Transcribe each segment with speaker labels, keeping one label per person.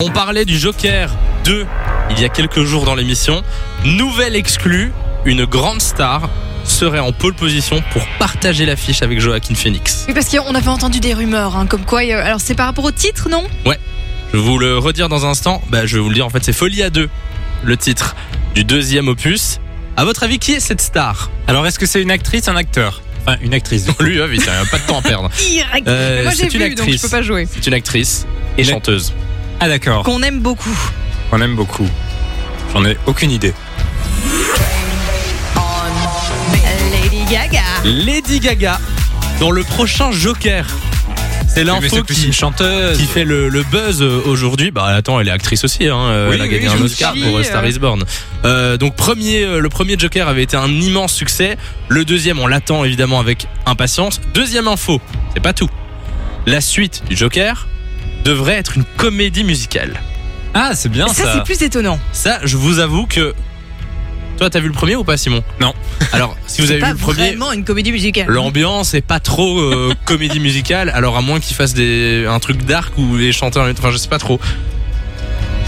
Speaker 1: On parlait du Joker 2 il y a quelques jours dans l'émission. Nouvelle exclue, une grande star serait en pole position pour partager l'affiche avec Joaquin Phoenix.
Speaker 2: Oui, parce qu'on avait entendu des rumeurs, hein, comme quoi. euh, Alors, c'est par rapport au titre, non
Speaker 1: Je vais vous le redire dans un instant. Bah, je vais vous le dire en fait, c'est Folie à deux, le titre du deuxième opus. À votre avis, qui est cette star
Speaker 3: Alors, est-ce que c'est une actrice, un acteur Enfin, une actrice. du coup.
Speaker 1: Lui, euh, vite, hein, pas de temps à perdre.
Speaker 2: Direct
Speaker 1: Euh,
Speaker 2: Moi, j'ai
Speaker 1: c'est une
Speaker 2: vu, donc je
Speaker 1: actrice.
Speaker 2: peux pas jouer.
Speaker 1: C'est une actrice et
Speaker 3: La-
Speaker 1: chanteuse.
Speaker 3: Ah, d'accord.
Speaker 2: Qu'on aime beaucoup.
Speaker 3: On aime beaucoup. J'en ai aucune idée.
Speaker 2: Lady Gaga.
Speaker 1: Lady Gaga dans le prochain Joker. C'est
Speaker 3: mais
Speaker 1: l'info
Speaker 3: c'est plus
Speaker 1: qui
Speaker 3: une chanteuse.
Speaker 1: qui fait le, le buzz euh, aujourd'hui. Bah attends, elle est actrice aussi. Hein. euh,
Speaker 3: Oui,
Speaker 1: elle a
Speaker 3: oui,
Speaker 1: gagné
Speaker 3: je
Speaker 1: un
Speaker 3: me
Speaker 1: Oscar
Speaker 2: suis,
Speaker 1: pour euh,
Speaker 2: euh,
Speaker 1: Star Is Born. Euh, donc premier, euh, le premier Joker avait été un immense succès. Le deuxième, on l'attend évidemment avec impatience. Deuxième info, c'est pas tout. La suite du Joker devrait être une comédie musicale.
Speaker 3: Ah, c'est bien
Speaker 2: ça, c'est
Speaker 3: ça.
Speaker 2: plus étonnant.
Speaker 1: Ça, je vous avoue que. Toi, t'as vu le premier ou pas, Simon
Speaker 3: Non.
Speaker 1: Alors, si vous
Speaker 2: C'est
Speaker 1: avez vu
Speaker 2: pas
Speaker 1: le premier,
Speaker 2: vraiment une comédie musicale.
Speaker 1: L'ambiance est pas trop euh, comédie musicale, alors à moins qu'ils fassent des, un truc dark ou les chanteurs, enfin je sais pas trop.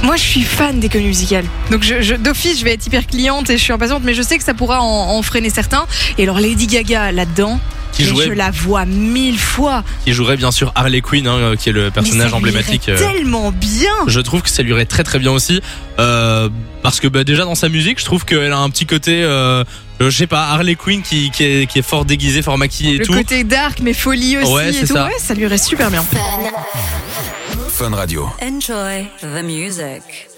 Speaker 2: Moi, je suis fan des comédies musicales. Donc, je, je- d'office, je vais être hyper cliente et je suis impatiente, mais je sais que ça pourra en, en freiner certains. Et alors, Lady Gaga, là-dedans,
Speaker 1: Qui
Speaker 2: mais
Speaker 1: jouait,
Speaker 2: je la vois mille fois.
Speaker 1: qui jouerait bien sûr Harley Quinn, hein, euh, qui est le
Speaker 2: Mais ça
Speaker 1: personnage
Speaker 2: lui
Speaker 1: emblématique.
Speaker 2: irait
Speaker 1: euh,
Speaker 2: Tellement bien.
Speaker 1: je trouve que ça lui irait très très bien aussi, euh, parce que bah, déjà dans sa musique, je trouve qu'elle a un petit côté, euh, euh, je sais pas, Harley Quinn qui, qui, est, qui est fort déguisée, fort maquillée et
Speaker 2: Le
Speaker 1: tout.
Speaker 2: côté dark, mais folie aussi
Speaker 1: Ouais, c'est
Speaker 2: et tout.
Speaker 1: ça.
Speaker 2: Ouais, ça lui reste super bien.
Speaker 4: Enjoy the music.